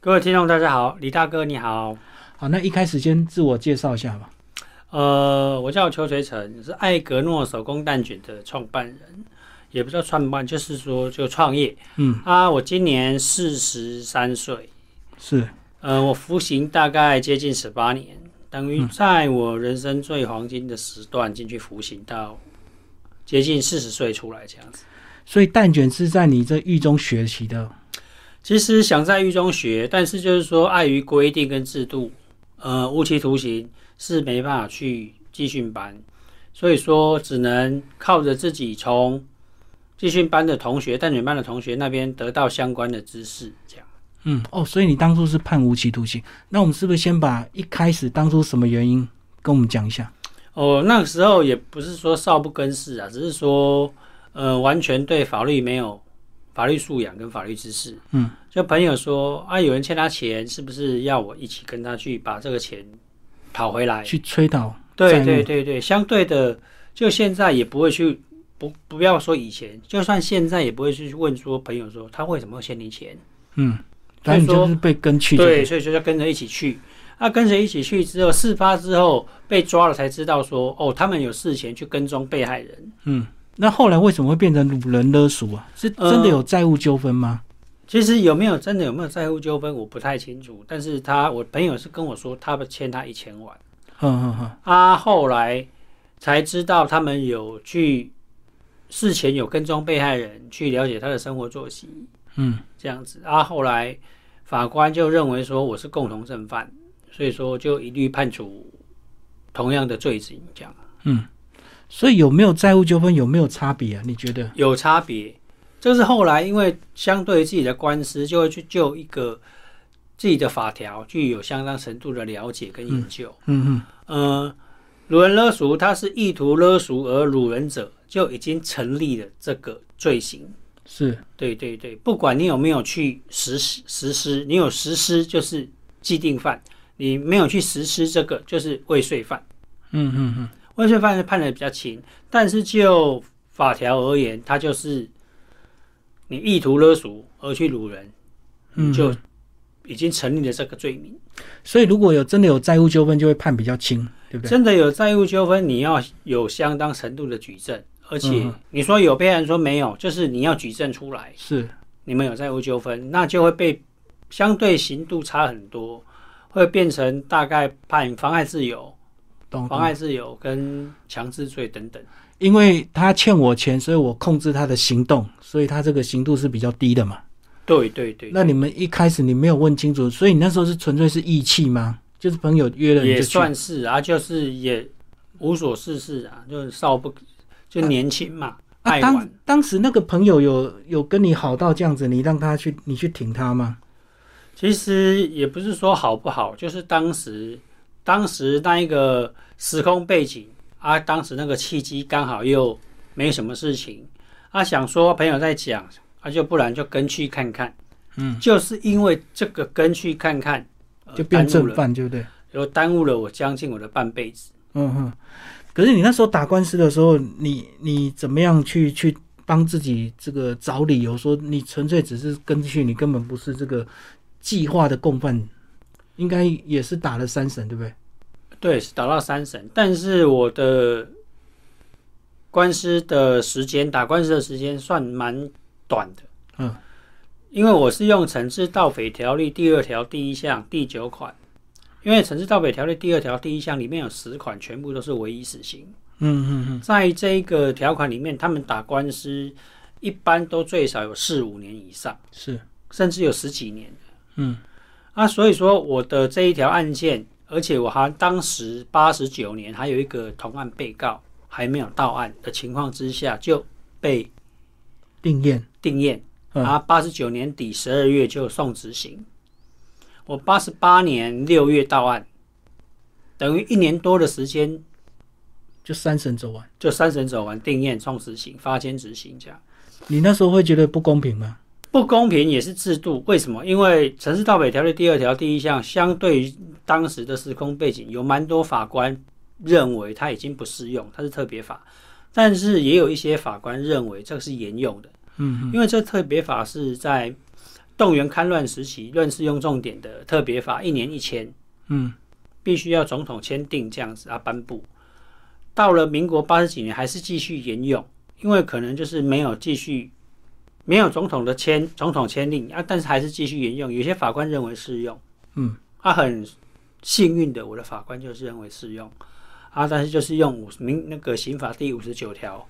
各位听众，大家好，李大哥你好，好，那一开始先自我介绍一下吧。呃，我叫邱垂成，是艾格诺手工蛋卷的创办人，也不叫创办，就是说就创业嗯，啊。我今年四十三岁，是呃，我服刑大概接近十八年，等于在我人生最黄金的时段进去服刑，到接近四十岁出来这样子。所以蛋卷是在你这狱中学习的，其实想在狱中学，但是就是说碍于规定跟制度，呃，无期徒刑是没办法去集训班，所以说只能靠着自己从集训班的同学、蛋卷班的同学那边得到相关的知识，这样。嗯，哦，所以你当初是判无期徒刑。那我们是不是先把一开始当初什么原因跟我们讲一下？哦，那个时候也不是说少不更事啊，只是说呃，完全对法律没有法律素养跟法律知识。嗯，就朋友说啊，有人欠他钱，是不是要我一起跟他去把这个钱讨回来？去催导哎对债务对对对，相对的，就现在也不会去不不要说以前，就算现在也不会去问说朋友说他为什么会欠你钱，嗯，反正你所以说就是被跟去就对，所以就要跟着一起去。那、跟着一起去之后，事发之后被抓了才知道说哦，他们有事前去跟踪被害人。嗯，那后来为什么会变成掳人勒赎啊？是呃真的有债务纠纷吗？其实有没有真的有没有债务纠纷，我不太清楚。但是他我朋友是跟我说，他们欠他一千万。嗯嗯嗯，啊，后来才知道他们有去事前有跟踪被害人，去了解他的生活作息，嗯，这样子。啊，后来法官就认为说我是共同正犯，所以说就一律判处同样的罪行，这样所以有没有债务纠纷有没有差别啊？你觉得？有差别。这是后来因为相对于自己的官司，就会去就一个自己的法条具有相当程度的了解跟研究。嗯嗯，呃，掳人勒赎，他是意图勒赎而掳人者，就已经成立了这个罪行。是对对对，不管你有没有去实施实施，你有实施就是既定犯，你没有去实施这个就是未遂犯。嗯嗯嗯，未遂犯判的比较轻，但是就法条而言，它就是你意图勒赎而去掳人，嗯你就已经成立了这个罪名。所以如果有真的有债务纠纷，就会判比较轻，对不对？真的有债务纠纷，你要有相当程度的举证，而且嗯你说有被害人说没有，就是你要举证出来，是，你们有债务纠纷，那就会被相对刑度差很多，会变成大概判妨碍自由、懂妨懂。碍自由跟强制罪等等。因为他欠我钱，所以我控制他的行动，所以他这个刑度是比较低的嘛。对对对，那你们一开始你没有问清楚，所以你那时候是纯粹是义气吗？就是朋友约了你也就去，算是啊，就是也无所事事啊，就是少不就年轻嘛，啊，爱玩当。当时那个朋友有有跟你好到这样子，你让他去，你去挺他吗？其实也不是说好不好，就是当时当时那一个时空背景啊，当时那个契机刚好又没什么事情啊，想说朋友在讲啊，就不然就跟去看看。嗯，就是因为这个跟去看看，呃就变耽误正了，犯，对不对？又耽误了我将近我的半辈子。嗯哼。可是你那时候打官司的时候，你你怎么样去去帮自己这个找理由，说你纯粹只是跟去，你根本不是这个计划的共犯，应该也是打了三审，对不对？对，是打到三审，但是我的官司的时间，打官司的时间算蛮短的。嗯，因为我是用《惩治盗匪条例》第二条第一项第九款，因为《惩治盗匪条例》第二条第一项里面有十款，全部都是唯一死刑。嗯嗯嗯，在这个条款里面，他们打官司一般都最少有四五年以上，是，甚至有十几年。嗯啊，所以说我的这一条案件，而且我还当时八十九年还有一个同案被告还没有到案的情况之下，就被定验，定验，嗯啊，八十九年底十二月就送执行。我八十八年六月到案，等于一年多的时间就三审走完。就三审走完，定验、送执行、发监执行这样。你那时候会觉得不公平吗？不公平也是制度，为什么？因为《城市盗匪条例》第二条第一项，相对于当时的时空背景，有蛮多法官认为它已经不适用，它是特别法。但是也有一些法官认为这个是沿用的，嗯因为这特别法是在动员戡乱时期乱适用重点的特别法，一年一签，嗯，必须要总统签订这样子啊颁布。到了民国八十几年还是继续沿用，因为可能就是没有继续没有总统的签总统签令啊，但是还是继续沿用。有些法官认为适用，嗯，啊，很幸运的，我的法官就是认为适用啊，但是就是用五民那个刑法第五十九条，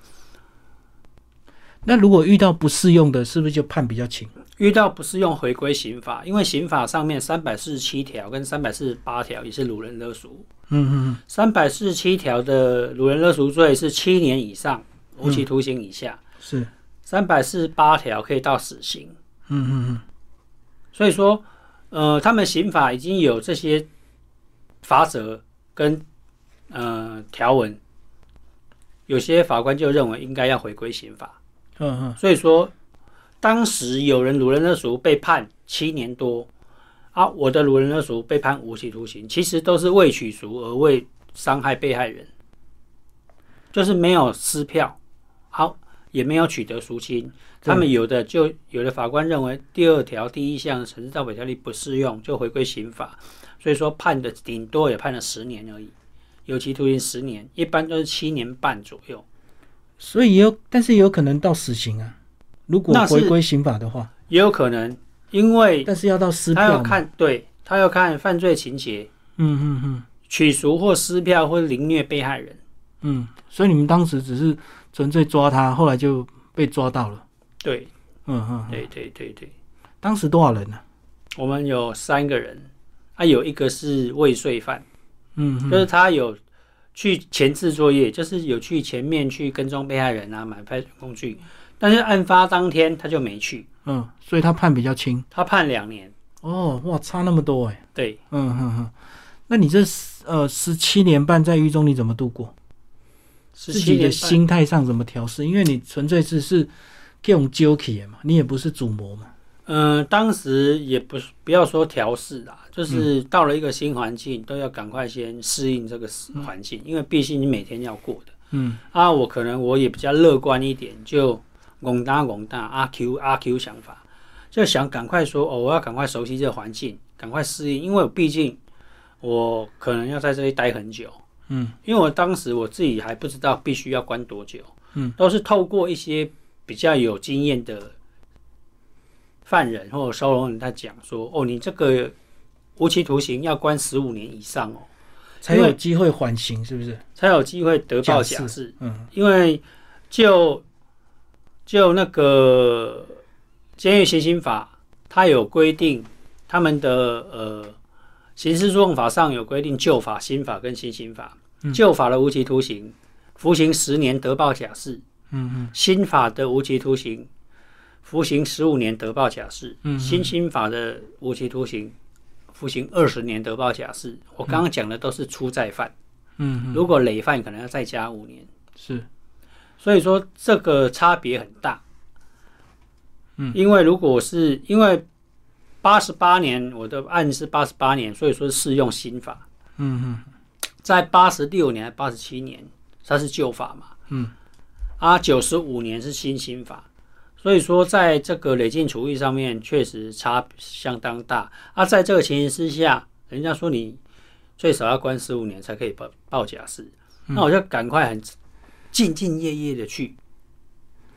那如果遇到不适用的，是不是就判比较轻？遇到不适用回归刑法，因为刑法上面三百四十七条跟三百四十八条也是掳人勒赎。嗯嗯嗯，三百四十七条的掳人勒赎罪是七年以上无期徒刑以下，是，三百四十八条可以到死刑。嗯嗯嗯，所以说，呃，他们刑法已经有这些法则跟呃条文，有些法官就认为应该要回归刑法。嗯嗯，所以说，当时有人掳人勒赎被判七年多，啊，我的掳人勒赎被判无期徒刑，其实都是为取赎而为伤害被害人，就是没有撕票，好、也没有取得赎金。对他们有的就有的法官认为第二条第一项惩治盗匪条例不适用，就回归刑法，所以说判的顶多也判了十年而已，有期徒刑十年，一般都是七年半左右。所以也有，但是也有可能到死刑啊。如果那是回归刑法的话，也有可能因为但是要到撕他要票嘛。看，对他要看犯罪情节，嗯嗯嗯取赎或撕票或凌虐被害人。嗯，所以你们当时只是纯粹抓他，后来就被抓到了。对，嗯嗯，嗯对对对对，当时多少人呢、啊我们有三个人，啊，有一个是未遂犯，嗯嗯，就是他有去前置作业，就是有去前面去跟踪被害人啊，买犯罪工具，但是案发当天他就没去，嗯，所以他判比较轻。他判两年。哦，哇，差那么多哎、对，嗯嗯嗯，那你这十呃十七年半在狱中你怎么度过？十自七己年的半心态上怎么调试？因为你纯粹是是用 j o k 嘛，你也不是主谋嘛。嗯、当时也不是不要说调试啦，就是到了一个新环境，都要赶快先适应这个环境，因为毕竟你每天要过的。嗯啊，我可能我也比较乐观一点，就拱大拱大阿 Q 阿 Q 想法，就想赶快说哦，我要赶快熟悉这个环境，赶快适应，因为我毕竟我可能要在这里待很久。嗯，因为我当时我自己还不知道必须要关多久，嗯，都是透过一些比较有经验的犯人或者收容人，他讲说，哦，你这个无期徒刑要关十五年以上哦，才有机会缓刑，是不是？才有机会得报假假释释。嗯因为就就那个监狱行刑法，它有规定，他们的呃刑事诉讼法上有规定旧法、新法跟新刑法。嗯旧法的无期徒刑，服刑十年得报假释；嗯嗯新法的无期徒刑，服刑十五年得报假释。嗯新刑法的无期徒刑，服刑二十年得报假释。我刚刚讲的都是初再犯，嗯嗯，如果累犯可能要再加五年。是所以说这个差别很大。嗯，因为如果是因为八十八年我的案是八十八年，所以说适用新法，嗯嗯在八十六年、八十七年它是旧法嘛，嗯，啊，九十五年是新刑法。所以说，在这个累进处遇上面，确实差相当大。啊，在这个情形之下，人家说你最少要关十五年才可以报报假释，那我就赶快很兢兢业业的去，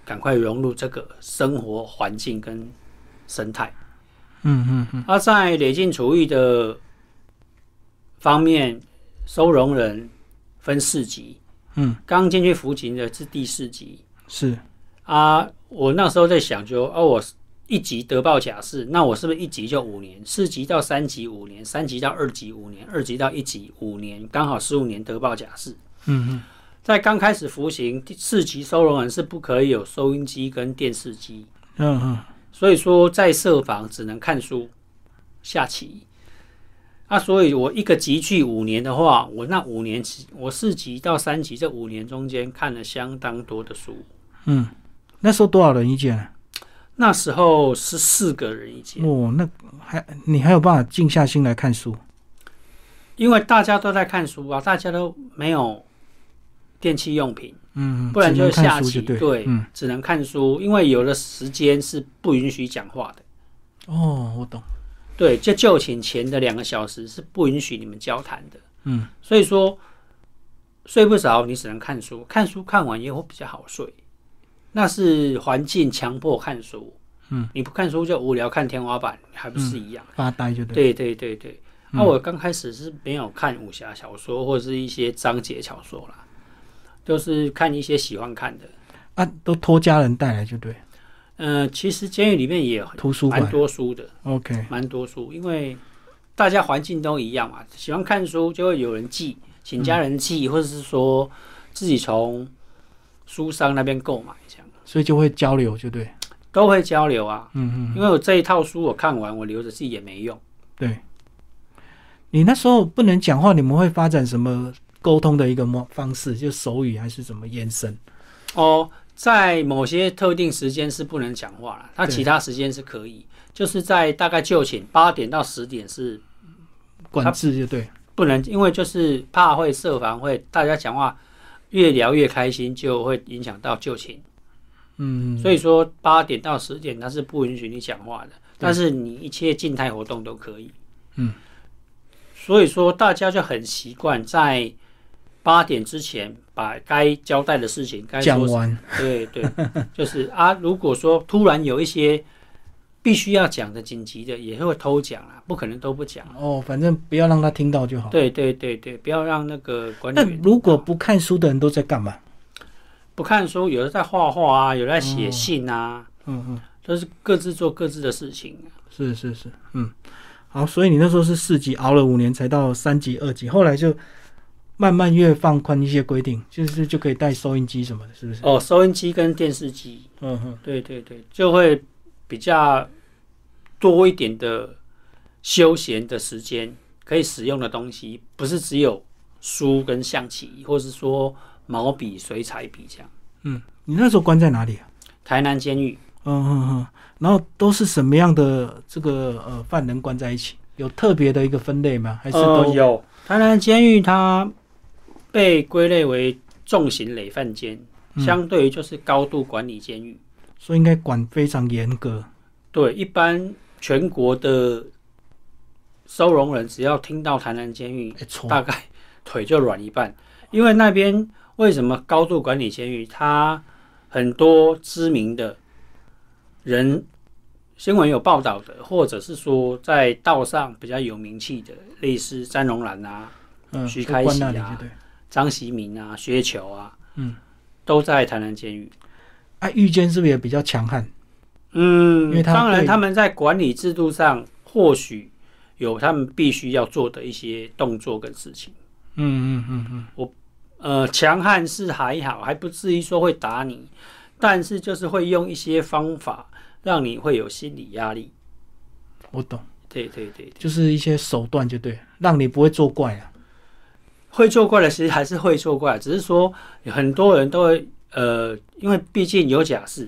赶快融入这个生活环境跟生态。嗯嗯嗯，而在累进厨艺的方面，收容人分四级，嗯，刚进去服刑的是第四级是啊。我那时候在想就，哦，我一级得报假释，那我是不是一级就五年？四级到三级五年，三级到二级五年，二级到一级五年，刚好十五年得报假释。嗯嗯在刚开始服刑，第四级收容人是不可以有收音机跟电视机，嗯嗯，所以说在设防只能看书、下棋。啊，所以我一个集聚五年的话，我那五年期，我四级到三级这五年中间看了相当多的书。那时候多少人意见啊？那时候十四个人一间，哦，那还你还有办法静下心来看书？因为大家都在看书啊，大家都没有电器用品，嗯，不然只就能看下书棋，就对，对，嗯只能看书，因为有的时间是不允许讲话的。哦，我懂，对，这就寝前的两个小时是不允许你们交谈的。嗯，所以说睡不着，你只能看书，看书看完以后比较好睡。那是环境强迫看书，嗯，你不看书就无聊，看天花板还不是一样？发呆就嗯对。嗯对对对对。那、我刚开始是没有看武侠小说或者是一些章节小说啦，都是看一些喜欢看的。啊，都托家人带来就对，呃，其实监狱里面也图书蛮馆。多书的， OK，蛮多书，因为大家环境都一样嘛，喜欢看书就会有人寄，请家人寄，或者是说自己从书商那边购买，这样所以就会交流就对。都会交流啊。嗯嗯，因为我这一套书我看完，我留着自己也没用。对。你那时候不能讲话，你们会发展什么沟通的一个模方式？就手语还是什么眼神？哦，在某些特定时间是不能讲话了，那对其他时间是可以，就是在大概就寝八点到十点是管制就对。不能，因为就是怕会设防会大家讲话越聊越开心，就会影响到就寝。嗯，所以说八点到十点它是不允许你讲话的，但是你一切静态活动都可以。嗯，所以说大家就很习惯在八点之前把该交代的事情该讲说，完，对对， 就是啊，如果说突然有一些必须要讲的紧急的，也会偷讲啦，不可能都不讲。啊哦，反正不要让他听到就好。对对对对，不要让那个管理哦但员啊如果不看书的人都在干嘛？不看书，有的在画画啊，有的在写信啊，嗯嗯，都是各自做各自的事情。啊是是是，嗯，好，所以你那时候是四级，熬了五年才到三级、二级，后来就慢慢越放宽一些规定，就是就可以带收音机什么的，是不是？哦，收音机跟电视机，嗯哼，对对对，就会比较多一点的休闲的时间，可以使用的东西，不是只有书跟象棋，或是说毛笔、水彩笔这样。你那时候关在哪里啊？台南监狱，嗯哼哼，然后都是什么样的这个呃犯人关在一起？有特别的一个分类吗？还是都、呃有哦台南监狱，它被归类为重型累犯监，嗯相对于就是高度管理监狱。所以应该管非常严格？对，一般全国的收容人，只要听到台南监狱，哎，错，大概腿就软一半，因为那边为什么高度管理监狱，它很多知名的人新闻有报道的，或者是说在道上比较有名气的，类似詹荣兰啊、嗯，徐就开关喜那里啊就对。张习明啊、薛球啊，嗯，都在台南监狱。啊，狱监是不是也比较强悍？因为嗯，他当然对他们在管理制度上或许有他们必须要做的一些动作跟事情。嗯嗯嗯嗯，呃，强悍是还好，还不至于说会打你，但是就是会用一些方法让你会有心理压力。我懂，对对对，就是一些手段就对，让你不会作怪啊。会做怪的其实还是会做怪，只是说很多人都会呃，因为毕竟有假释，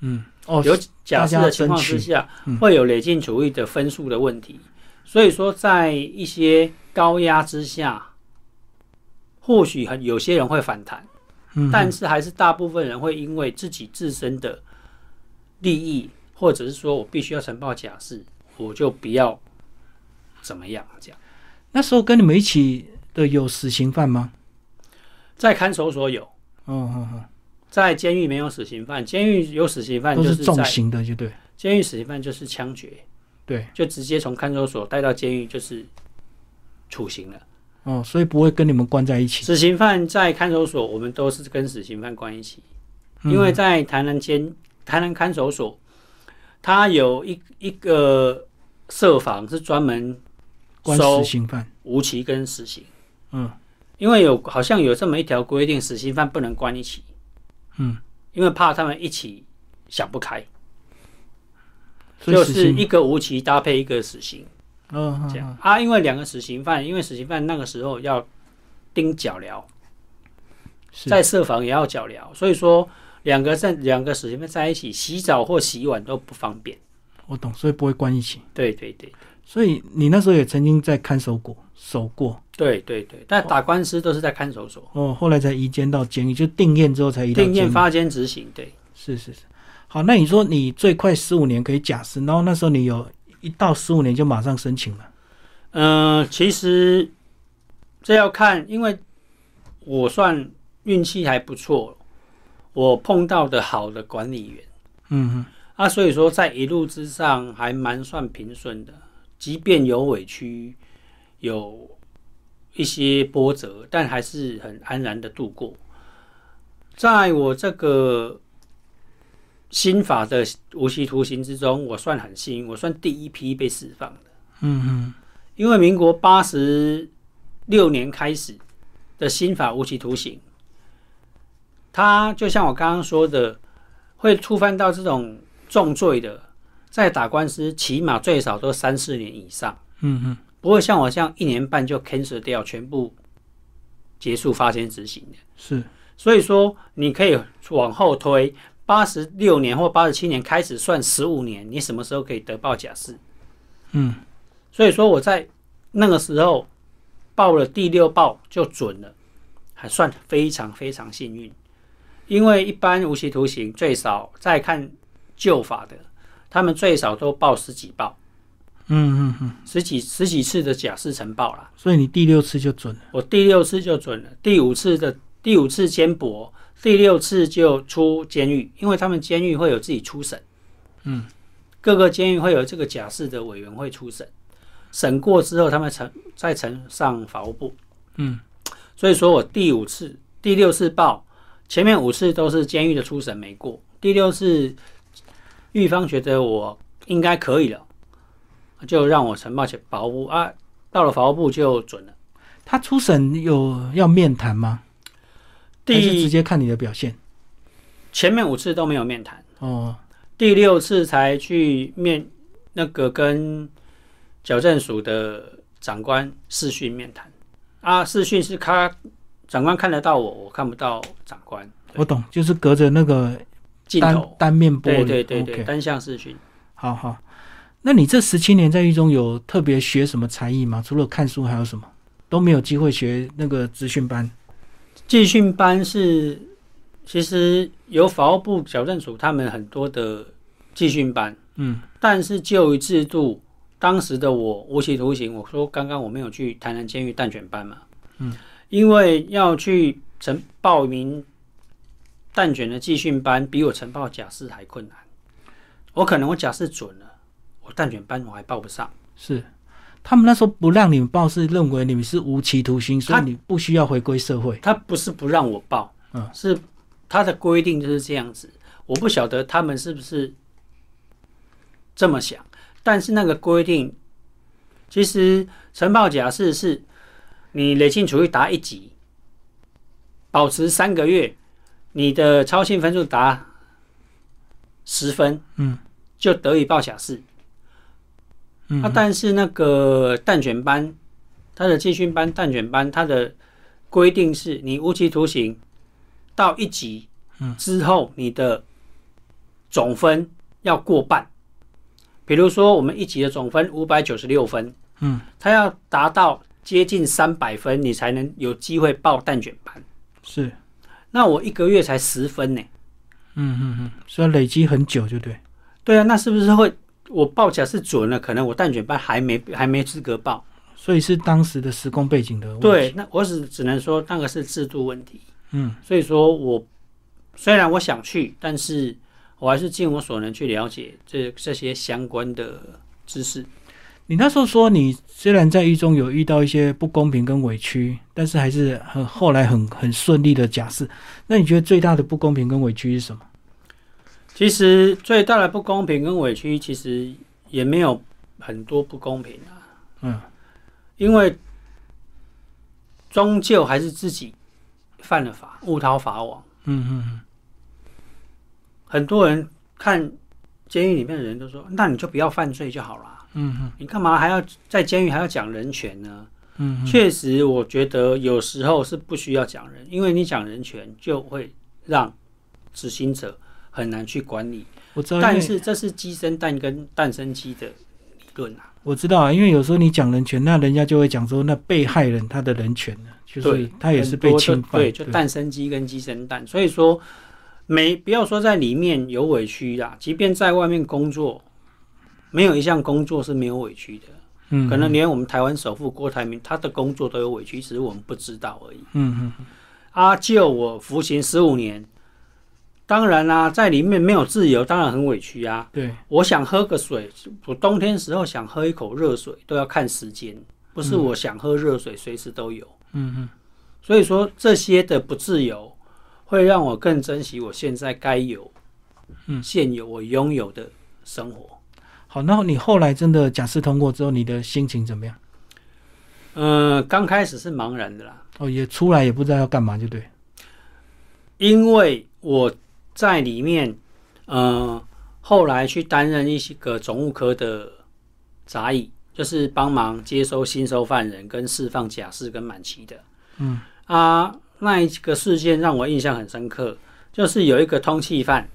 嗯，哦，有假释大家的要情况之争取下嗯，会有累进主义的分数的问题。所以说，在一些高压之下，或许很有些人会反弹。嗯但是还是大部分人会因为自己自身的利益，或者是说我必须要呈报假释，我就不要怎么样这样。那时候跟你们一起的有死刑犯吗？在看守所有，哦哦在监狱没有死刑犯，监狱有死刑哦，犯都就是是重在刑的就对，监狱死刑犯就是枪决，对，就直接从看守所带到监狱就是处刑了。哦，所以不会跟你们关在一起，死刑犯在看守所，我们都是跟死刑犯关一起。嗯因为在台南监、台南看守所，它有一一个设防是专门关收死刑犯，无期跟死刑，嗯，因为有好像有这么一条规定，死刑犯不能关一起，嗯，因为怕他们一起想不开，所就以死是刑，一个无期搭配一个死刑嗯这嗯样啊，因为两个死刑犯，因为死刑犯那个时候要盯脚镣，是在设防也要脚镣，所以说两个在两个死刑犯在一起洗澡或洗碗都不方便，我懂，所以不会关一起。对对对。所以你那时候也曾经在看守过守过，对对对，但打官司都是在看守所，哦，后来才移监到监狱，就定验之后才移到定监狱验。发监执行。对，是是是，好，那你说你最快十五年可以假释，然后那时候你有一到十五年就马上申请了？嗯、其实这要看，因为我算运气还不错，我碰到的好的管理员嗯啊，所以说在一路之上还蛮算平顺的，即便有委屈，有一些波折，但还是很安然的度过。在我这个新法的无期徒刑之中，我算很幸运，我算第一批被释放。嗯嗯因为民国八十六年开始的新法无期徒刑，它就像我刚刚说的，会触犯到这种重罪的，在打官司起码最少都三四年以上，嗯嗯不会像我这样一年半就 cancel 掉，全部结束发签执行。嗯，是，所以说，你可以往后推八十六年或八十七年开始算十五年，你什么时候可以得报假释？嗯，所以说我在那个时候报了第六报就准了，还算非常非常幸运，因为一般无期徒刑最少再看旧法的，他们最少都报十几报，嗯嗯嗯，十几十几次的假释呈报啦。所以你第六次就准了。我第六次就准了，第五次的第五次监博，第六次就出监狱，因为他们监狱会有自己出审，嗯，各个监狱会有这个假释的委员会出审，审过之后他们呈再呈上法务部，嗯，所以说我第五次、第六次报，前面五次都是监狱的初审没过，第六次狱方觉得我应该可以了，就让我呈报去法务部啊，到了法务部就准了。他初审有要面谈吗？还是第直接看你的表现？前面五次都没有面谈，哦，第六次才去面那个跟矫正署的长官视讯面谈啊，视讯是他长官看得到我，我看不到长官我懂，就是隔着那个镜哦单头，单面玻对璃。对对对， OK，单向视讯。好好。那你这十七年在狱中有特别学什么才艺吗？除了看书还有什么？都没有机会学那个资讯班。集训班是其实由法务部矫正署他们很多的集训班，嗯但是就于制度，当时的我无期徒刑，我说刚刚我没有去台南监狱蛋卷班嘛，嗯，因为要去晨报名蛋卷的集训班，比我晨报假释还困难。我可能我假释准了，我蛋卷班我还报不上。是。他们那时候不让你们报，是认为你们是无期徒刑，所以你不需要回归社会。他不是不让我报，嗯是他的规定就是这样子。我不晓得他们是不是这么想，但是那个规定，其实晨报假释是你累进处遇达一级，保持三个月，你的超性分数达十分，嗯，就得以报假释。嗯，啊，但是那个蛋卷班，他的集训班、蛋卷班，他的规定是你无期徒刑到一级之后，你的总分要过半。比如说，我们一级的总分五百九十六分，嗯，他要达到接近三百分，你才能有机会报蛋卷班。是，那我一个月才十分呢、嗯嗯嗯，所以累积很久就对。对啊，那是不是会我报假是准了？可能我蛋卷班还没还没资格报。所以是当时的时空背景的问题。对，，那我只只能说那个是制度问题。嗯，所以说我虽然我想去，但是我还是尽我所能去了解这这些相关的知识。你那时候说你虽然在狱中有遇到一些不公平跟委屈，但是还是很后来很很顺利的假释。那你觉得最大的不公平跟委屈是什么？其实最大的不公平跟委屈，其实也没有很多不公平啊，嗯，因为终究还是自己犯了法，误逃法网。嗯嗯很多人看监狱里面的人都说，那你就不要犯罪就好啦，嗯你干嘛还要在监狱还要讲人权呢？嗯嗯，确实，我觉得有时候是不需要讲人，因为你讲人权就会让执行者很难去管理。我知道，但因为是这是鸡生蛋跟蛋生鸡的理论啊。我知道啊，因为有时候你讲人权，那人家就会讲说，那被害人他的人权呢，就是对他也是被很多就侵犯，对，就蛋生鸡跟鸡生蛋。所以说，没不要说在里面有委屈啦，即便在外面工作，没有一项工作是没有委屈的。嗯，可能连我们台湾首富郭台铭他的工作都有委屈，只是我们不知道而已。嗯嗯阿舅，我服刑十五年，当然啦、在里面没有自由，当然很委屈啊。对，我想喝个水，我冬天时候想喝一口热水，都要看时间，不是我想喝热水随时都有。嗯嗯所以说这些的不自由，会让我更珍惜我现在该有、嗯现有我拥有的生活。好，那你后来真的假释通过之后，你的心情怎么样？嗯，刚开始是茫然的啦，哦，也出来也不知道要干嘛，就对，因为我在里面，呃，后来去担任一些个总务科的杂役，就是帮忙接收新收犯人跟释放假释跟满期的。嗯啊，那一个事件让我印象很深刻，就是有一个通缉犯，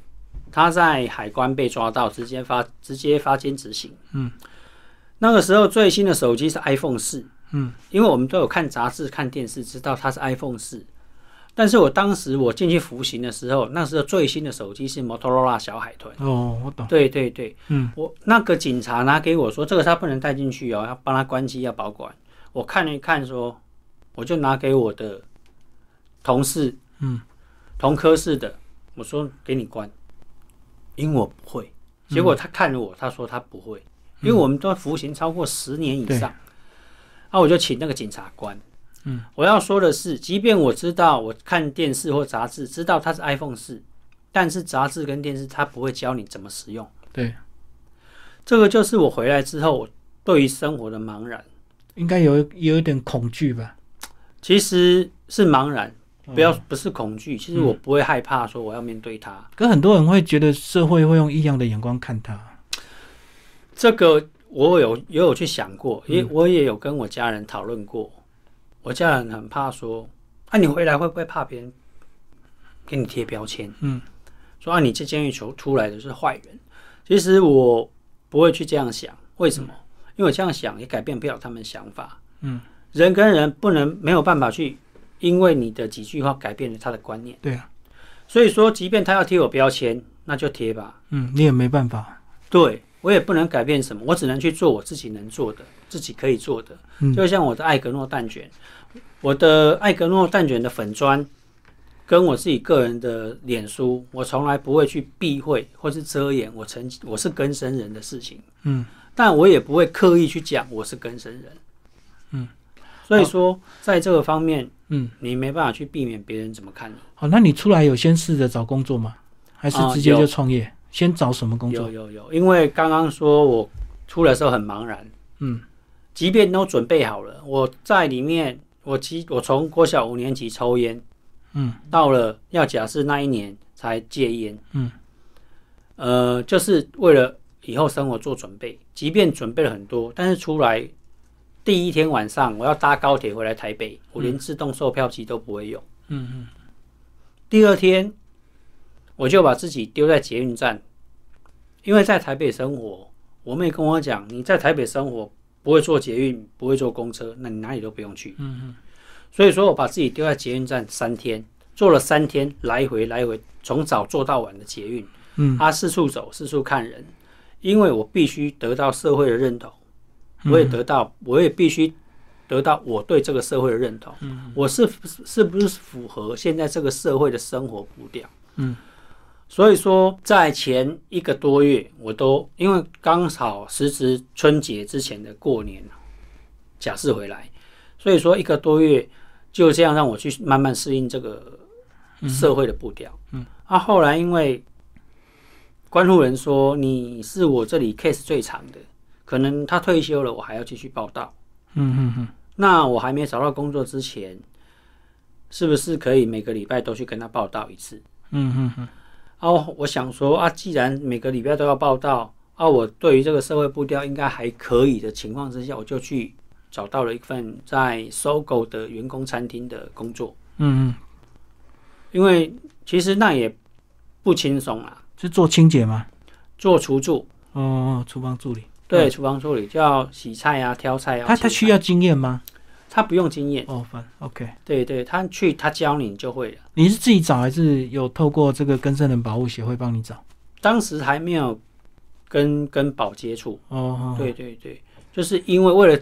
他在海关被抓到，直接发直接发监执行。嗯，那个时候最新的手机是 iPhone 四，嗯因为我们都有看杂志、看电视，知道它是 iPhone 四。但是我当时我进去服刑的时候，那时候最新的手机是 Motorola 小海豚。哦，我懂，对对对，嗯我那个警察拿给我说，这个他不能带进去哦，要帮他关机，要保管。我看了一看说，我就拿给我的同事嗯同科室的，我说给你关，因为我不会。结果他看了我，他说他不会，因为嗯我们都服刑超过十年以上。啊，我就请那个检察官。嗯，我要说的是，即便我知道我看电视或杂志知道它是 iPhone 四，但是杂志跟电视它不会教你怎么使用。对，这个就是我回来之后我对于生活的茫然，应该有有一点恐惧吧？其实是茫然，不要嗯。不是恐惧，其实我不会害怕说我要面对它。可很多人会觉得社会会用异样的眼光看他，这个我有也有去想过，嗯也我也有跟我家人讨论过。我家人很怕说，啊，你回来会不会怕别人给你贴标签？嗯，说啊，你这监狱囚出来的是坏人。其实我不会去这样想，为什么？因为我这样想也改变不了他们想法。嗯，人跟人不能没有办法去，因为你的几句话改变了他的观念。对啊，所以说，即便他要贴我标签，那就贴吧。嗯，你也没办法，对我也不能改变什么，我只能去做我自己能做的，自己可以做的。嗯就像我的艾格诺蛋卷，我的艾格诺蛋卷的粉砖，跟我自己个人的脸书，我从来不会去避讳或是遮掩我曾我是根生人的事情，嗯，但我也不会刻意去讲我是根生人。嗯，所以说在这个方面，嗯，你没办法去避免别人怎么看你。好，那你出来有先试着找工作吗？还是啊直接有就创业？先找什么工有作？有有，因为刚刚说我出来的时候很茫然。嗯即便都准备好了，我在里面，我其我从国小五年级抽烟，嗯，到了要假释那一年才戒烟，嗯，呃，就是为了以后生活做准备。即便准备了很多，但是出来第一天晚上，我要搭高铁回来台北，我连自动售票机都不会用。嗯嗯，第二天，我就把自己丢在捷运站，因为在台北生活，我妹跟我讲，你在台北生活不会坐捷运，不会坐公车，那你哪里都不用去。嗯所以说我把自己丢在捷运站三天，坐了三天来回来回，从早坐到晚的捷运。嗯，啊，四处走，四处看人，因为我必须得到社会的认同，我也得到，我也必须得到我对这个社会的认同。嗯我是是不是符合现在这个社会的生活步调？嗯，所以说在前一个多月，我都因为刚好时值春节之前的过年，假释回来，所以说一个多月就这样让我去慢慢适应这个社会的步调。嗯，啊，后来因为关护人说你是我这里 case 最长的，可能他退休了，我还要继续报道。嗯嗯嗯，那我还没找到工作之前，是不是可以每个礼拜都去跟他报道一次？嗯嗯哦，我想说啊，既然每个礼拜都要报道，啊，我对于这个社会步调应该还可以的情况之下，我就去找到了一份在搜狗的员工餐厅的工作，嗯嗯，因为其实那也不轻松啦，是做清洁吗？做厨助，哦，厨房助理，对，厨房助理就要洗菜啊、挑菜啊。嗯他他切需菜要经验吗？他不用经验，哦，反 OK，对对，他去他教你就会了。你是自己找还是有透过这个更生人保护协会帮你找？当时还没有跟跟保接触。哦，对对对，就是因为为了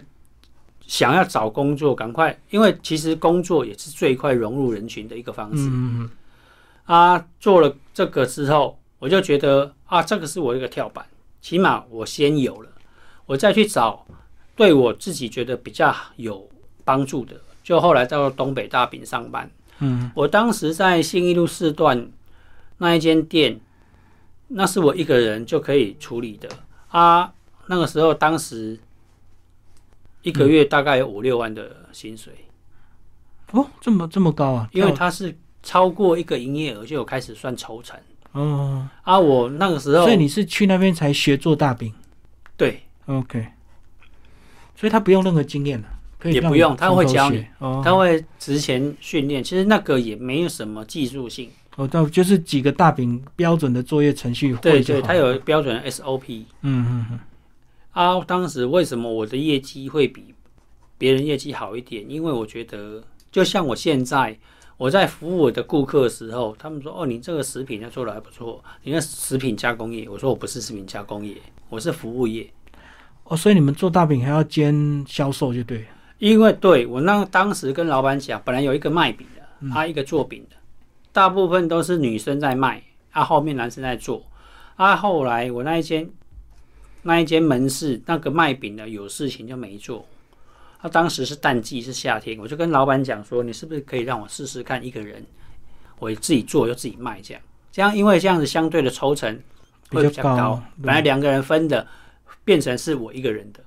想要找工作，赶快，因为其实工作也是最快融入人群的一个方式、嗯嗯啊。做了这个之后，我就觉得啊，这个是我一个跳板，起码我先有了，我再去找对我自己觉得比较有帮助的。就后来到东北大饼上班，嗯我当时在信义路四段那一间店，那是我一个人就可以处理的啊。那个时候，当时一个月大概有五六万的薪水，嗯，哦，这么这么高啊？因为跳它是超过一个营业额就有开始算抽成哦，啊。我那个时候，所以你是去那边才学做大饼对？OK，所以他不用任何经验了，可以也让不你用他从会头教学你哦。他会之前训练，其实那个也没有什么技术性，哦，到就是几个大饼标准的作业程序对会就对，好它了有标准的 SOP。嗯嗯啊，当时为什么我的业绩会比别人业绩好一点？因为我觉得，就像我现在我在服务我的顾客的时候，他们说：“哦，你这个食品要做的还不错，你那食品加工业。”我说：“我不是食品加工业，我是服务业。嗯，哦，所以你们做大饼还要兼销售就对了，”因为对我那当时跟老板讲，本来有一个卖饼的，嗯啊，一个做饼的，大部分都是女生在卖，啊，后面男生在做。啊，后来我那一间那一间门市那个卖饼的有事情就没做。他、当时是淡季，是夏天，我就跟老板讲说，你是不是可以让我试试看一个人，我自己做又自己卖这样，这样因为这样子相对的抽成会比较比较高，嗯高本来两个人分的变成是我一个人的。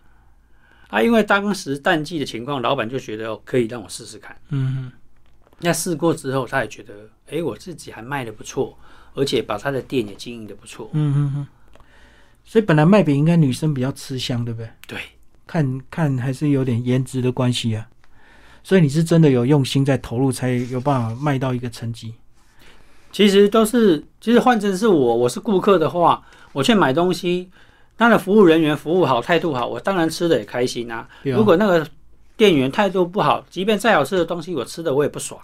啊，因为当时淡季的情况，老板就觉得哦可以让我试试看。嗯那试过之后，他也觉得，诶，我自己还卖的不错，而且把他的店也经营的不错。嗯嗯嗯，所以本来卖饼应该女生比较吃香，对不对？对，看看还是有点颜值的关系啊，所以你是真的有用心在投入，才有办法卖到一个成绩。其实都是，其实换成是我，我是顾客的话，我去买东西，他的服务人员服务好，态度好，我当然吃的也开心啊。对啊如果那个店员态度不好，即便再好吃的东西，我吃的我也不爽。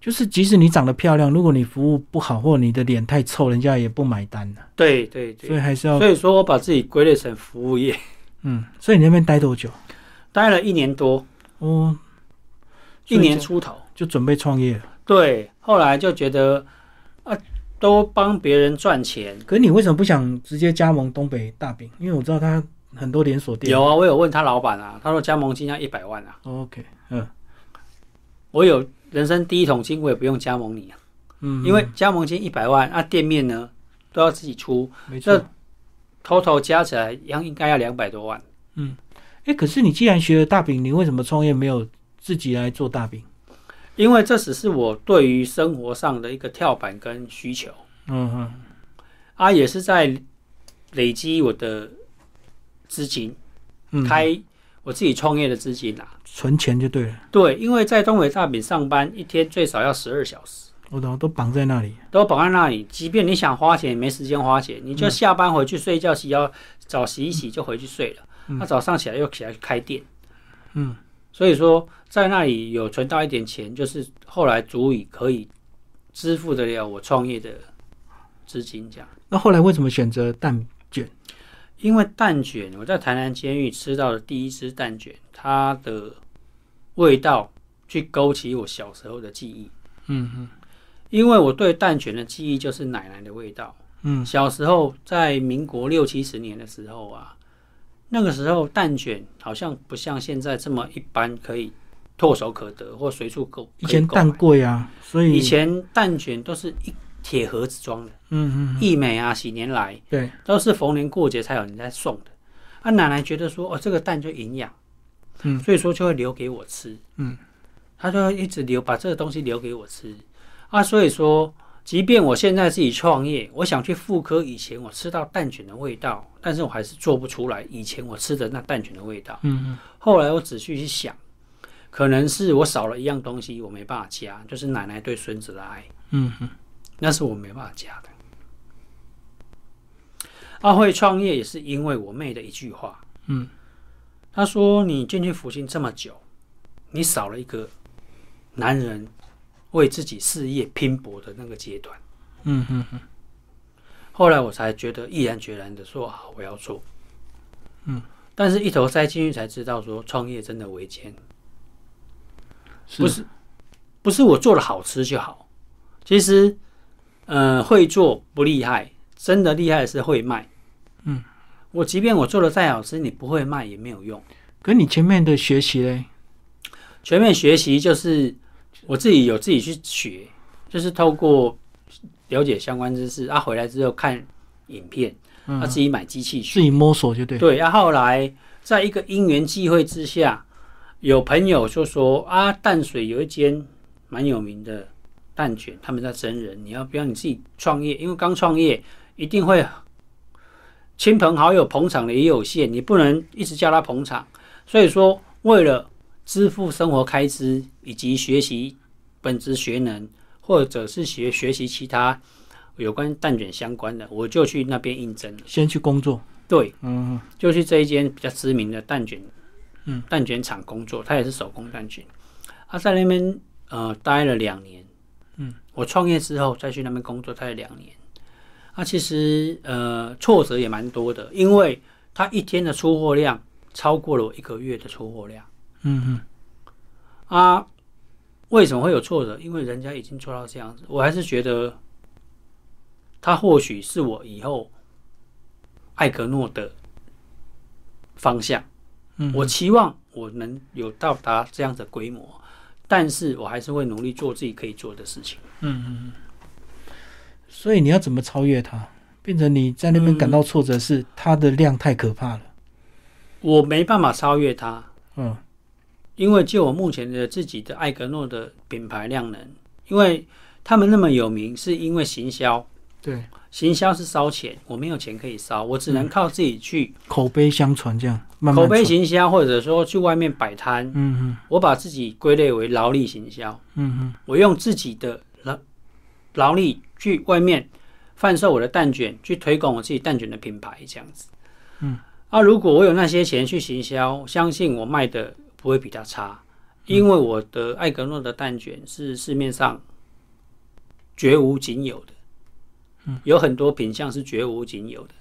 就是即使你长得漂亮，如果你服务不好或你的脸太臭，人家也不买单啊的、对对所对，以还是要所以说我把自己归类成服务业，嗯。所以你那边待多久？待了一年多，哦，一年所以出头。就就准备创业了。对，后来就觉得啊，都帮别人赚钱。可是你为什么不想直接加盟东北大饼？因为我知道它很多连锁店。有啊，我有问他老板啊，他说加盟金要一百万啊， OK，嗯我有人生第一桶金，我也不用加盟你啊。嗯，因为加盟金一百万，那、店面呢都要自己出，没错。 total 加起来应应该要两百多万。哎，可是你既然学了大饼，你为什么创业没有自己来做大饼？因为这只是我对于生活上的一个跳板跟需求嗯哼，啊，也是在累积我的资金，嗯，开我自己创业的资金啦、存钱就对了。对，因为在东北大饼上班一天最少要十二小时，我懂，都绑在那里。都绑在那里。即便你想花钱，没时间花钱，你就下班回去睡觉，洗要澡洗一洗就回去睡了。那、早上起来又起来开店。嗯，所以说，在那里有存到一点钱，就是后来足以可以支付得了我创业的资金。这样，那后来为什么选择蛋？因为蛋卷，我在台南监狱吃到的第一只蛋卷，它的味道去勾起我小时候的记忆。嗯嗯因为我对蛋卷的记忆就是奶奶的味道。嗯，小时候在民国六七十年的时候啊，那个时候蛋卷好像不像现在这么一般可以唾手可得或随处购。以可以前购蛋买贵啊，所以以前蛋卷都是一铁盒子装的，嗯嗯，义美啊、喜年来对，都是逢年过节才有人在送的。啊，奶奶觉得说，哦，这个蛋就营养，嗯所以说就会留给我吃，嗯，她就会一直留把这个东西留给我吃。啊，所以说，即便我现在自己创业，我想去复刻以前我吃到蛋卷的味道，但是我还是做不出来以前我吃的那蛋卷的味道。嗯后来我仔细去想，可能是我少了一样东西，我没办法加，就是奶奶对孙子的爱。嗯嗯那是我没办法加的。阿慧创业也是因为我妹的一句话，嗯，她说：“你进去福星这么久，你少了一个男人为自己事业拼搏的那个阶段。嗯嗯嗯，”啊，后来我才觉得毅然决然的说好，我要做。嗯，但是一头栽进去才知道说创业真的维艰，不是不是我做的好吃就好，其实，呃，会做不厉害，真的厉害的是会卖。嗯，我即便我做的再好吃，你不会卖也没有用。可你前面的学习嘞，全面学习就是我自己有自己去学，就是透过了解相关知识，啊，回来之后看影片，嗯啊，自己买机器学。自己摸索就对。对，啊，后来在一个因缘际会之下，有朋友就说啊，淡水有一间蛮有名的蛋卷，他们在真人，你要不要你自己创业？因为刚创业一定会亲朋好友捧场的也有限，你不能一直叫他捧场。所以说，为了支付生活开支以及学习本职学能，或者是学学习其他有关蛋卷相关的，我就去那边应征。先去工作，对，嗯，就去这一间比较知名的蛋卷，嗯，蛋卷厂工作，他也是手工蛋卷，他、在那边呃待了两年，嗯，我创业之后再去那边工作待了两年，啊，其实呃挫折也蛮多的，因为他一天的出货量超过了我一个月的出货量，嗯嗯，啊，为什么会有挫折？因为人家已经做到这样子，我还是觉得他或许是我以后艾格诺的方向。嗯，我期望我能有到达这样的规模，但是我还是会努力做自己可以做的事情。所以你要怎么超越它？变成你在那边感到挫折是它的量太可怕了。我没办法超越它，嗯因为就我目前的自己的艾格诺的品牌量能，因为他们那么有名，是因为行销，对，行销是烧钱，我没有钱可以烧，我只能靠自己去口碑相传这样，慢慢口碑传行销，或者说去外面摆摊，嗯我把自己归类为劳力行销。嗯嗯我用自己的劳劳力去外面贩售我的蛋卷，去推广我自己蛋卷的品牌，这样子。嗯，啊，如果我有那些钱去行销，相信我卖的不会比他差，因为我的艾格诺的蛋卷是市面上绝无仅有的，嗯，有很多品相是绝无仅有的，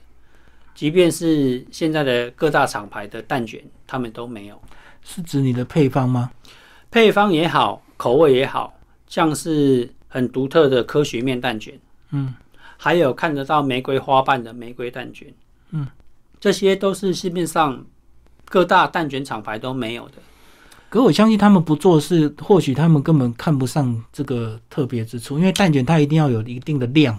即便是现在的各大厂牌的蛋卷，他们都没有。嗯，是指你的配方吗？配方也好，口味也好，像是很独特的科学面蛋卷，嗯，还有看得到玫瑰花瓣的玫瑰蛋卷，嗯，这些都是市面上各大蛋卷厂牌都没有的。可我相信他们不做是，或许他们根本看不上这个特别之处，因为蛋卷它一定要有一定的量，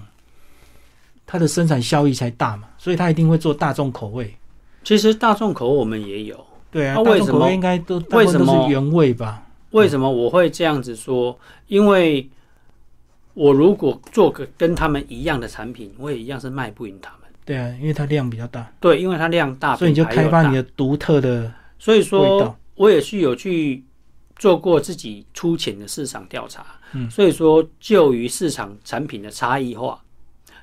它的生产效益才大嘛，所以它一定会做大众口味。其实大众口味我们也有，对啊，那大为众什口么味应该都大部分为什都么是原味吧？为什么我会这样子说？因为我如果做个跟他们一样的产品，我也一样是卖不赢他们。对啊，因为它量比较大，对，因为它量大，所以你就品牌开又发大你的独特的。所以味说道，我也是有去做过自己粗浅的市场调查。嗯所以说，就于市场产品的差异化，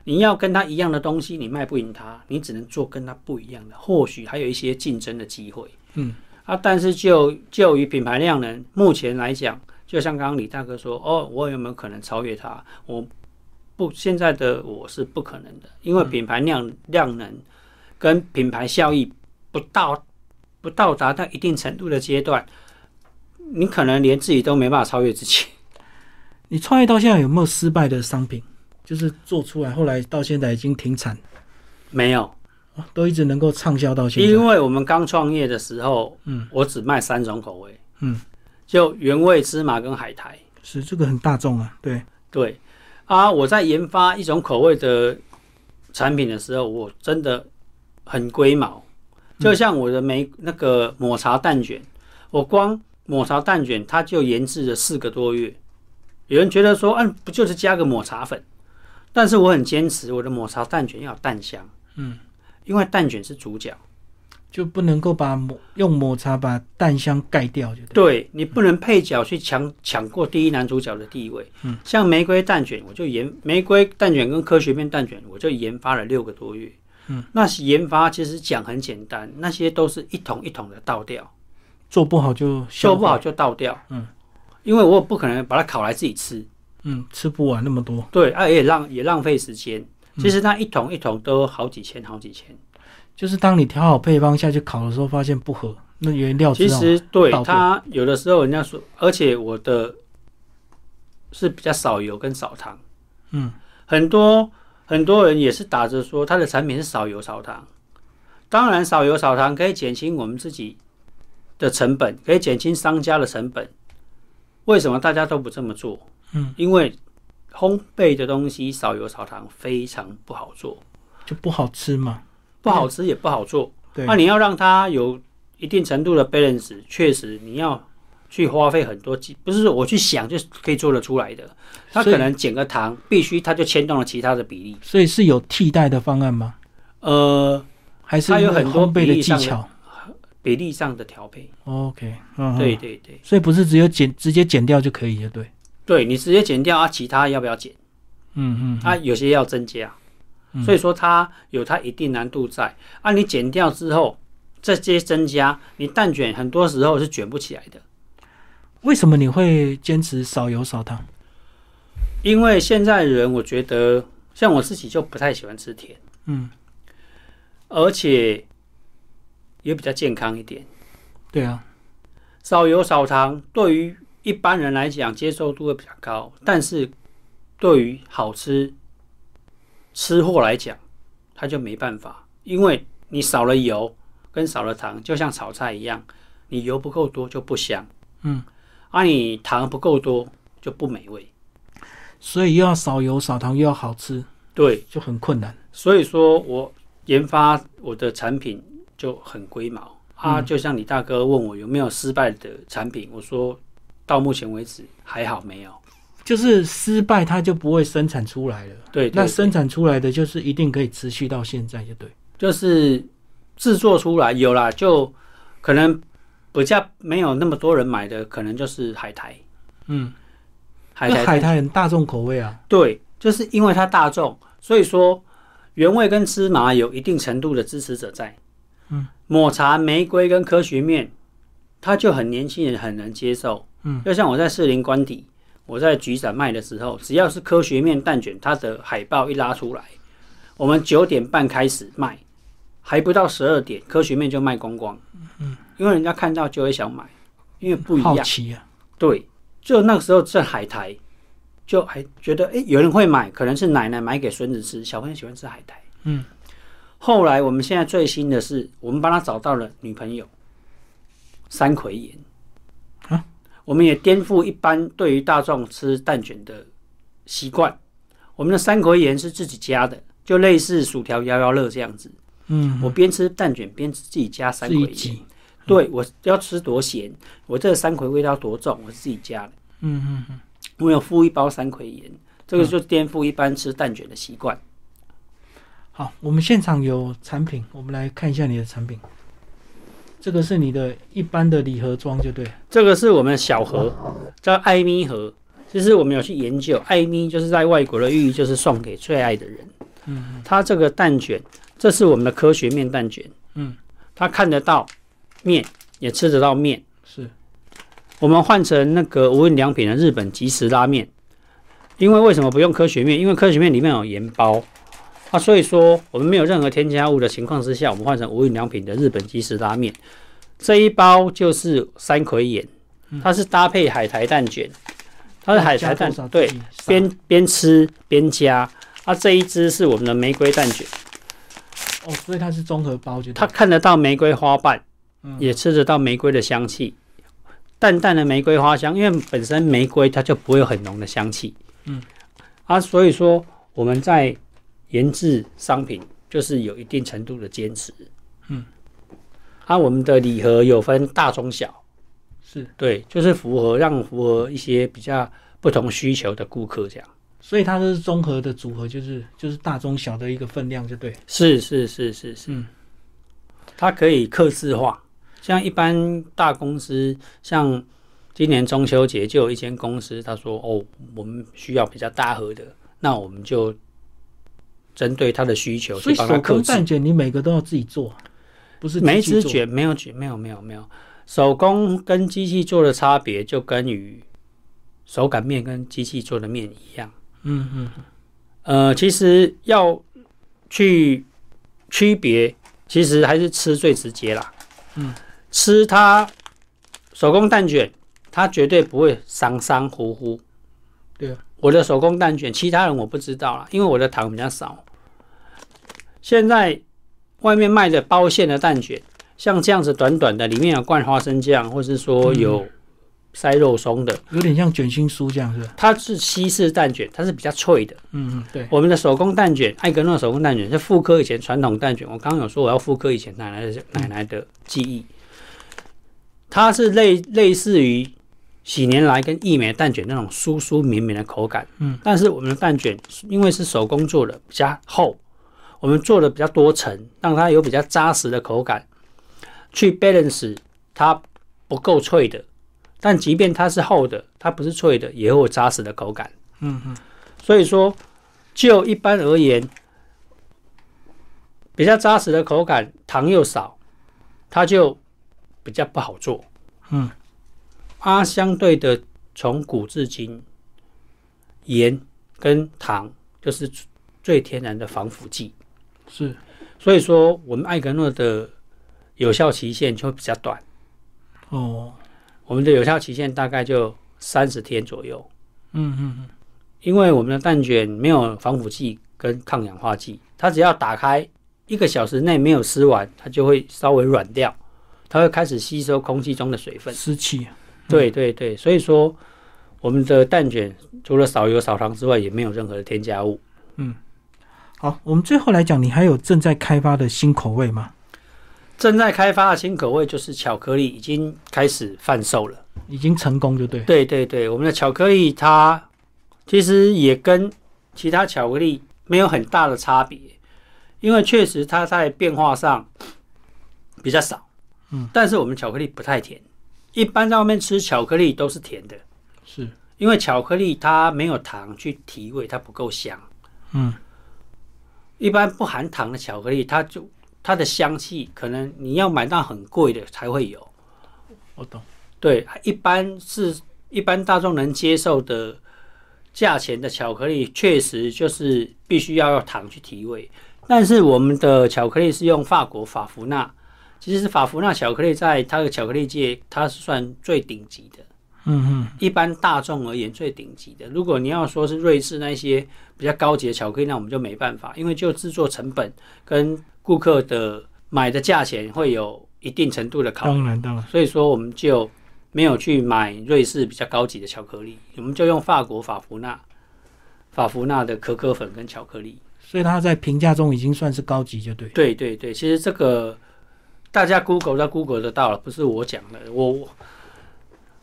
你要跟它一样的东西，你卖不赢它，你只能做跟它不一样的，或许还有一些竞争的机会。嗯，啊，但是就就于品牌量能，目前来讲，就像刚刚李大哥说，哦，我有没有可能超越它？我不，现在的我是不可能的，因嗯为品牌量量能跟品牌效益不到不到达到一定程度的阶段，你可能连自己都没办法超越自己。你创业到现在有没有失败的商品？就是做出来后来到现在已经停产，没有，哦都一直能够畅销到现在。因为我们刚创业的时候，嗯，我只卖三种口味，嗯，就原味、芝麻跟海苔。是这个很大众啊，对，对，啊，我在研发一种口味的产品的时候，我真的很龟毛，就像我的玫那个抹茶蛋卷，我光抹茶蛋卷它就研制了四个多月。有人觉得说，嗯、不就是加个抹茶粉？但是我很坚持我的抹茶蛋卷要有蛋香，嗯，因为蛋卷是主角。就不能够把抹用抹茶把蛋香盖掉，就对。对你不能配角去抢抢过第一男主角的地位。嗯，像玫瑰蛋卷，我就研玫瑰蛋卷跟科学面蛋卷，我就研发了六个多月。嗯，那是研发其实讲很简单，那些都是一桶一桶的倒掉，做不好就做消不化，好就倒掉。嗯，因为我也不可能把它烤来自己吃，嗯，吃不完那么多，对，啊也浪也浪费时间。其实那一桶一桶都好几千，好几千。就是当你调好配方下去烤的时候，发现不合，那原料其哦知道实对倒过它有的时候人家说，而且我的是比较少油跟少糖，嗯，很多很多人也是打着说他的产品是少油少糖，当然少油少糖可以减轻我们自己的成本，可以减轻商家的成本。为什么大家都不这么做？嗯，因为烘焙的东西少油少糖非常不好做，就不好吃嘛。不好吃也不好做。对啊那、，你要让它有一定程度的 balance，确实你要去花费很多精，不是说我去想就可以做得出来的。它所以可能减个糖，必须它就牵动了其他的比例。所以是有替代的方案吗？呃，还是它有那个很多烘焙比的例技上的巧比例上的调配， ？OK，嗯，对嗯，对对，所以不是只有减直接减掉就可以了，对，对你直接减掉啊，其他要不要减？嗯嗯，啊，有些要增加，嗯所以说它有它一定难度在。啊，你减掉之后，这些增加，你蛋卷很多时候是卷不起来的，为什么你会坚持少油少糖？因为现在人我觉得，像我自己就不太喜欢吃甜。嗯，而且也比较健康一点。对啊，少油少糖对于一般人来讲接受度会比较高，但是对于好吃吃货来讲，他就没办法，因为你少了油跟少了糖，就像炒菜一样，你油不够多就不香，嗯，啊你糖不够多就不美味。所以又要少油少糖，又要好吃，对，就很困难。所以说我研发我的产品就很龟毛嗯啊，就像你大哥问我有没有失败的产品，我说到目前为止还好没有。就是失败，它就不会生产出来了。对，对那生产出来的就是一定可以持续到现在，就对。就是制作出来有啦，就可能比较没有那么多人买的，可能就是海苔，嗯，海那苔海苔很大众口味啊。对，就是因为它大众，所以说原味跟芝麻有一定程度的支持者在。嗯，抹茶、玫瑰跟科学面，它就很年轻人很能接受。嗯，就像我在士林官邸，我在局展卖的时候，只要是科学面蛋卷，它的海报一拉出来，我们九点半开始卖，还不到十二点，科学面就卖光光。嗯，因为人家看到就会想买，因为不一样好。奇啊，对，就那个时候这海苔，就还觉得哎、诶有人会买，可能是奶奶买给孙子吃，小朋友喜欢吃海苔。嗯，后来我们现在最新的是，我们帮他找到了女朋友，山葵岩。啊，我们也颠覆一般对于大众吃蛋卷的习惯。我们的山葵岩是自己加的，就类似薯条摇摇乐这样子。嗯，我边吃蛋卷边自己加山自葵己盐。挤，啊对我要吃多咸，我这个山葵味道多重，我是自己加的。嗯嗯嗯，我有敷一包山葵盐，这个就颠覆一般吃蛋卷的习惯。好，我们现场有产品，我们来看一下你的产品。这个是你的一般的礼盒装，就对了。这个是我们小盒，叫艾咪盒。其实我们有去研究，艾咪就是在外国的寓意就是送给最爱的人。嗯，它这个蛋卷，这是我们的科学面蛋卷。嗯，它看得到面，也吃得到面。是，我们换成那个无印良品的日本即食拉面，因为为什么不用科学面？因为科学面里面有盐包啊，所以说我们没有任何添加物的情况之下，我们换成无印良品的日本即食拉面，这一包就是山葵盐，它是搭配海苔蛋卷，它是海苔蛋嗯加多少对自己撒边边吃边加。啊，这一只是我们的玫瑰蛋卷，哦，所以它是综合包，就对它了。看得到玫瑰花瓣，嗯也吃得到玫瑰的香气，淡淡的玫瑰花香，因为本身玫瑰它就不会有很浓的香气。嗯，啊，所以说我们在研制商品就是有一定程度的坚持。嗯，啊，我们的礼盒有分大、中、小，是，对，就是符合让符合一些比较不同需求的顾客这样。所以它都是综合的组合，就是就是大中小的一个分量，就对了。是是是是是，嗯它可以刻字化。像一般大公司，像今年中秋节就有一间公司，他说：“哦，我们需要比较大盒的，那我们就针对他的需求去所以帮他手刻工字。蛋卷你每个都要自己做，不是”没自己知做觉，没有觉，没有没有没有，手工跟机器做的差别就跟于手擀面跟机器做的面一样。嗯嗯，呃，其实要去区别，其实还是吃最直接啦。嗯，吃它手工蛋卷，它绝对不会伤伤糊糊。对啊，我的手工蛋卷，其他人我不知道啦，因为我的糖比较少。现在外面卖的包馅的蛋卷，像这样子短短的，里面有灌花生酱，或是说有塞肉松的，有点像卷心酥这样是吧？它是西式蛋卷，它是比较脆的。嗯嗯，对，我们的手工蛋卷，艾格诺手工蛋卷是复刻以前传统蛋卷。我刚刚有说我要复刻以前奶奶的奶奶的记忆，它是类类似于喜年来跟益美蛋卷那种酥酥绵绵的口感。嗯，但是我们的蛋卷因为是手工做的，比较厚，我们做的比较多层，让它有比较扎实的口感，去 balance 它不够脆的。但即便它是厚的，它不是脆的，也会有扎实的口感。嗯嗯，所以说，就一般而言，比较扎实的口感，糖又少，它就比较不好做。嗯，啊，相对的，从古至今，盐跟糖就是最天然的防腐剂。是，所以说，我们艾格诺的有效期限就比较短，哦，我们的有效期限大概就三十天左右，嗯嗯因为我们的蛋卷没有防腐剂跟抗氧化剂，它只要打开一个小时内没有吃完，它就会稍微软掉，它会开始吸收空气中的水嗯，分。湿气，对对对，所以说我们的蛋卷除了少油少糖之外，也没有任何的添加物。好，我们最后来讲，你还有正在开发的新口味吗？正在开发的新口味就是巧克力，已经开始贩售了。已经成功就对，对对对，我们的巧克力它其实也跟其他巧克力没有很大的差别，因为确实它在变化上比较少。嗯，但是我们巧克力不太甜，一般在外面吃巧克力都是甜的，是，因为巧克力它没有糖去提味，它不够香。嗯，一般不含糖的巧克力，它就它的香气可能你要买到很贵的才会有。我懂，对，一般是一般大众能接受的价钱的巧克力，确实就是必须要用糖去提味。但是我们的巧克力是用法国法芙娜，其实是法芙娜巧克力在它的巧克力界，它是算最顶级的。嗯嗯，一般大众而言最顶级的，如果你要说是瑞士那些比较高级的巧克力，那我们就没办法，因为就制作成本跟顾客的买的价钱会有一定程度的考量当然当然，所以说我们就没有去买瑞士比较高级的巧克力，我们就用法国法芙娜、法芙娜的可可粉跟巧克力。所以它在评价中已经算是高级就对，对对对，其实这个大家 Google 到 Google 得到了，不是我讲的。我我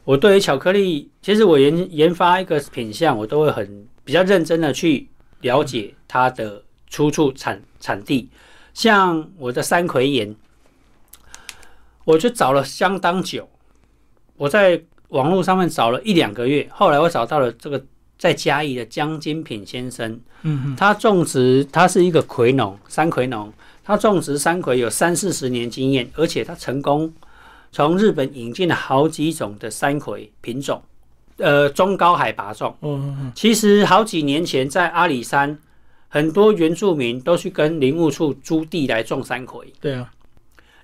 我对于巧克力，其实我研研发一个品相，我都会很比较认真的去了解它的出处产产地。像我的山葵盐，我就找了相当久，我在网络上面找了一两个月，后来我找到了这个在嘉义的江金品先生。嗯嗯，他种植，他是一个葵农，山葵农，他种植山葵有三四十年经验，而且他成功从日本引进了好几种的山葵品种，呃，中高海拔种。哦嗯其实好几年前在阿里山，很多原住民都去跟林务处租地来种山葵，嗯，对啊，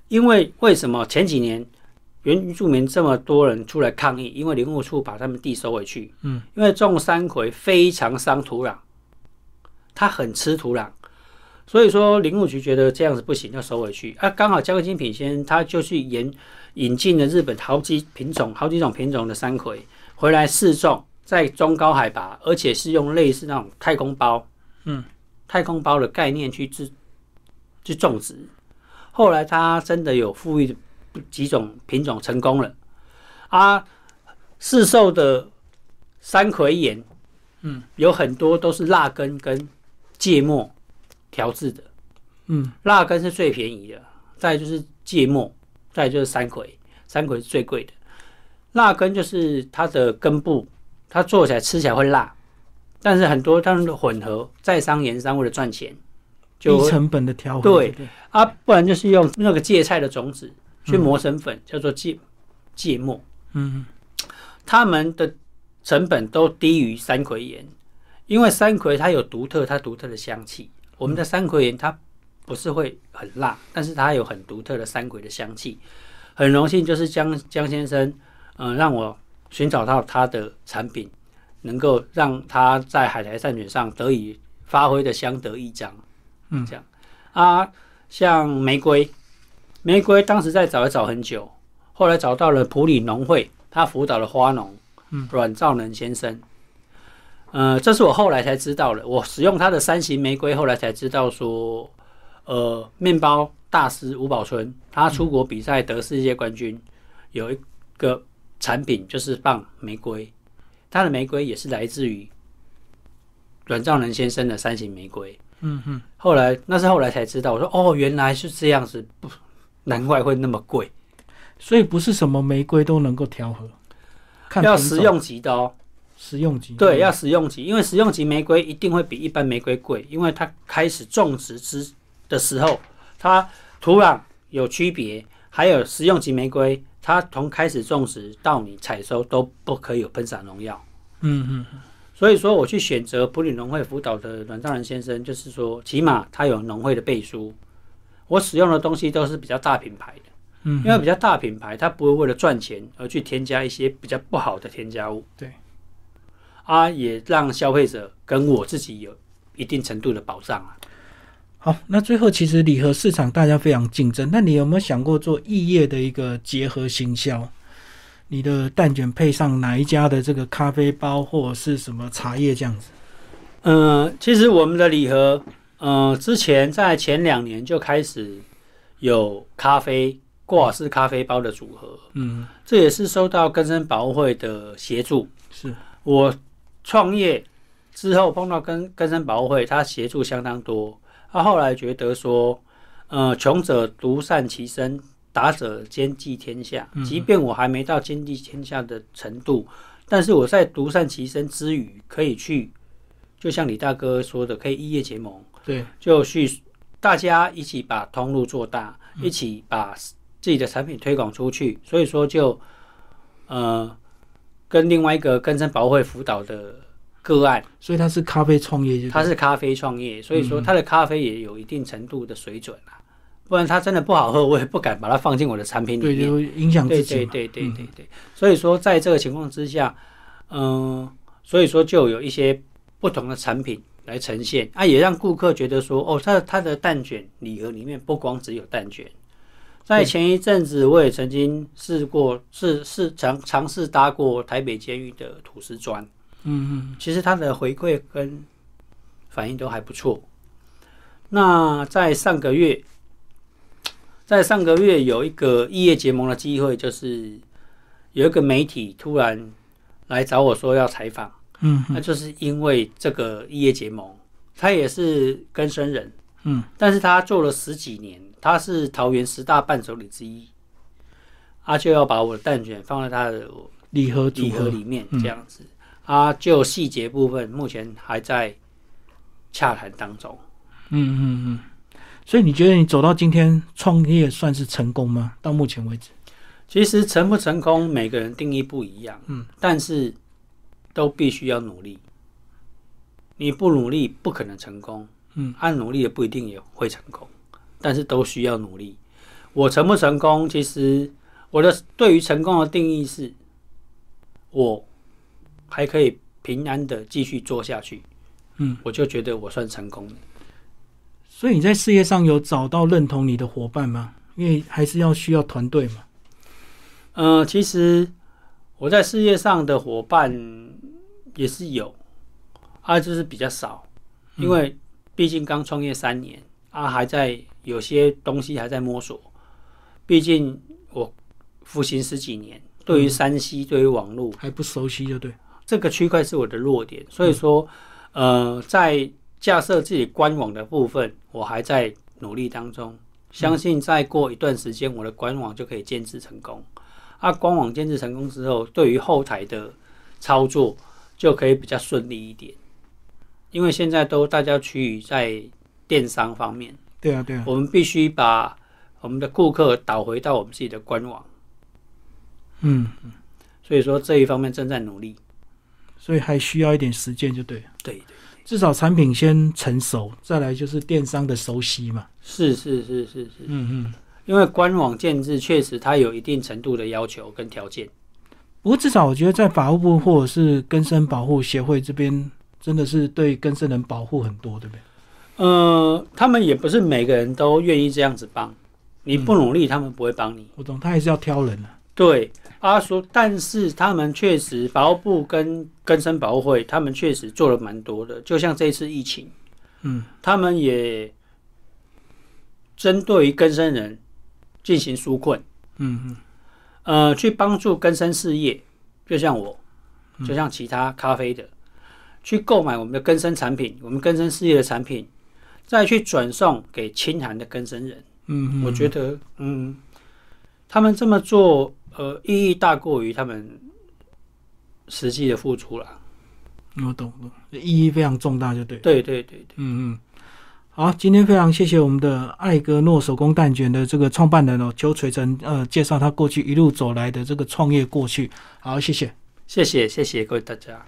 因为为什么前几年原住民这么多人出来抗议？因为林务处把他们地收回去。嗯，因为种山葵非常伤土壤，它很吃土壤，所以说林务局觉得这样子不行，要收回去。啊，刚好嘉克金品先生他就去研引进了日本好几品种、好几种品种的山葵回来试种，在中高海拔，而且是用类似那种太空包，嗯，太空包的概念去制去种植。后来他真的有富裕几种品种成功了，啊，市售的山葵盐，嗯，有很多都是辣根跟芥末调制的，嗯辣根是最便宜的，再来就是芥末，再来就是山葵，山葵是最贵的。辣根就是它的根部，它做起来吃起来会辣，但是很多它们的混合在商言商为了赚钱，就低会成本的调和，对对，啊，不然就是用那个芥菜的种子去磨成粉，叫做芥芥末。嗯他们的成本都低于山葵盐，因为山葵它有独特它独特的香气。我们的山葵盐它不是会很辣，但是它有很独特的山葵的香气。很荣幸就是江江先生，嗯、让我寻找到他的产品，能够让他在海苔蛋卷上得以发挥的相得益彰。嗯，这样啊，像玫瑰，玫瑰当时在找也找很久，后来找到了普里农会，他辅导了花农，嗯，阮兆能先生。呃，这是我后来才知道的。我使用它的三型玫瑰，后来才知道说，呃，面包大师吴宝春，他出国比赛得世界冠军，有一个产品就是放玫瑰，它的玫瑰也是来自于阮兆能先生的三型玫瑰。嗯嗯，后来那是后来才知道，我说哦，原来是这样子，不，难怪会那么贵，所以不是什么玫瑰都能够调和，看要品食种嗯用级的哦。食用级，对，要食用级，因为食用级玫瑰一定会比一般玫瑰贵，因为它开始种植之的时候，它土壤有区别，还有食用级玫瑰，它从开始种植到你采收都不可以有喷洒农药。嗯嗯所以说，我去选择普里农会辅导的阮兆仁先生，就是说，起码他有农会的背书。我使用的东西都是比较大品牌的，嗯，因为比较大品牌，它不会为了赚钱而去添加一些比较不好的添加物。对，啊，也让消费者跟我自己有一定程度的保障啊。好，那最后其实礼盒市场大家非常竞争，那你有没有想过做异业的一个结合行销？你的蛋卷配上哪一家的这个咖啡包或者是什么茶叶这样子？嗯、其实我们的礼盒，嗯，之前在前两年就开始有咖啡挂式咖啡包的组合，嗯，这也是受到根生保护会的协助。是，我创业之后碰到根根生保护会，他协助相当多。他、后来觉得说，呃，穷者独善其身，达者兼济天下。即便我还没到兼济天下的程度，但是我在独善其身之余，可以去，就像李大哥说的，可以异业结盟，对，就去大家一起把通路做大，一起把自己的产品推广出去。所以说就呃，跟另外一个根生保会辅导的个案，所以它是咖啡创业就他是咖啡创业，所以说他的咖啡也有一定程度的水准啊，不然他真的不好喝，我也不敢把它放进我的产品里对，面。就影响对自己对嘛。对对对对，所以说在这个情况之下，嗯、所以说就有一些不同的产品来呈现，啊，也让顾客觉得说，哦，它的它的蛋卷礼盒里面不光只有蛋卷。在前一阵子，我也曾经试过试试尝尝试搭过台北监狱的土司砖，嗯嗯，其实它的回馈跟反应都还不错。那在上个月，在上个月有一个异业结盟的机会，就是有一个媒体突然来找我说要采访，嗯那就是因为这个异业结盟，他也是根生人，嗯，但是他做了十几年，他是桃园十大伴手礼之一，他就要把我的蛋卷放在他的礼盒组礼盒合，嗯里面这样子。啊，就细节部分，目前还在洽谈当中。嗯嗯嗯。所以你觉得你走到今天创业算是成功吗？到目前为止，其实成不成功，每个人定义不一样，嗯，但是都必须要努力。你不努力，不可能成功，嗯，按、努力也不一定也会成功，但是都需要努力。我成不成功，其实我的对于成功的定义是，我还可以平安的继续做下去，嗯，我就觉得我算成功了。所以你在事业上有找到认同你的伙伴吗？因为还是要需要团队嘛。嗯，其实我在事业上的伙伴也是有，啊，就是比较少，因为毕竟刚创业三年，啊，还在有些东西还在摸索。毕竟我服刑十几年，对于山西，对于网络还不熟悉，就对。这个区块是我的弱点，所以说，呃，在架设自己官网的部分，我还在努力当中。相信再过一段时间，我的官网就可以建制成功。啊，官网建制成功之后，对于后台的操作就可以比较顺利一点，因为现在都大家趋于在电商方面，对啊，对啊，我们必须把我们的顾客导回到我们自己的官网，嗯，所以说这一方面正在努力。所以还需要一点实践，就对了。对对，至少产品先成熟，再来就是电商的熟悉嘛。是是是是是，嗯嗯。因为官网建制确实它有一定程度的要求跟条件。不过至少我觉得在法务部或者是根生保护协会这边，真的是对根生人保护很多，对不对？呃，他们也不是每个人都愿意这样子帮，你不努力，他们不会帮你。我懂，他还是要挑人啊。对，阿说，但是他们确实保护部跟根生保护会，他们确实做了蛮多的。就像这次疫情，嗯，他们也针对于根生人进行纾困，嗯嗯呃，去帮助根生事业，就像我，就像其他咖啡的，去购买我们的根生产品，我们根生事业的产品，再去转送给清寒的根生人。嗯嗯。我觉得，嗯，他们这么做，呃，意义大过于他们实际的付出了。嗯我懂，我懂，意义非常重大，就对了。对对对，嗯嗯，好，今天非常谢谢我们的艾格诺手工蛋卷的这个创办人哦，邱垂成，呃，介绍他过去一路走来的这个创业过去。好，谢谢。谢谢谢谢各位大家。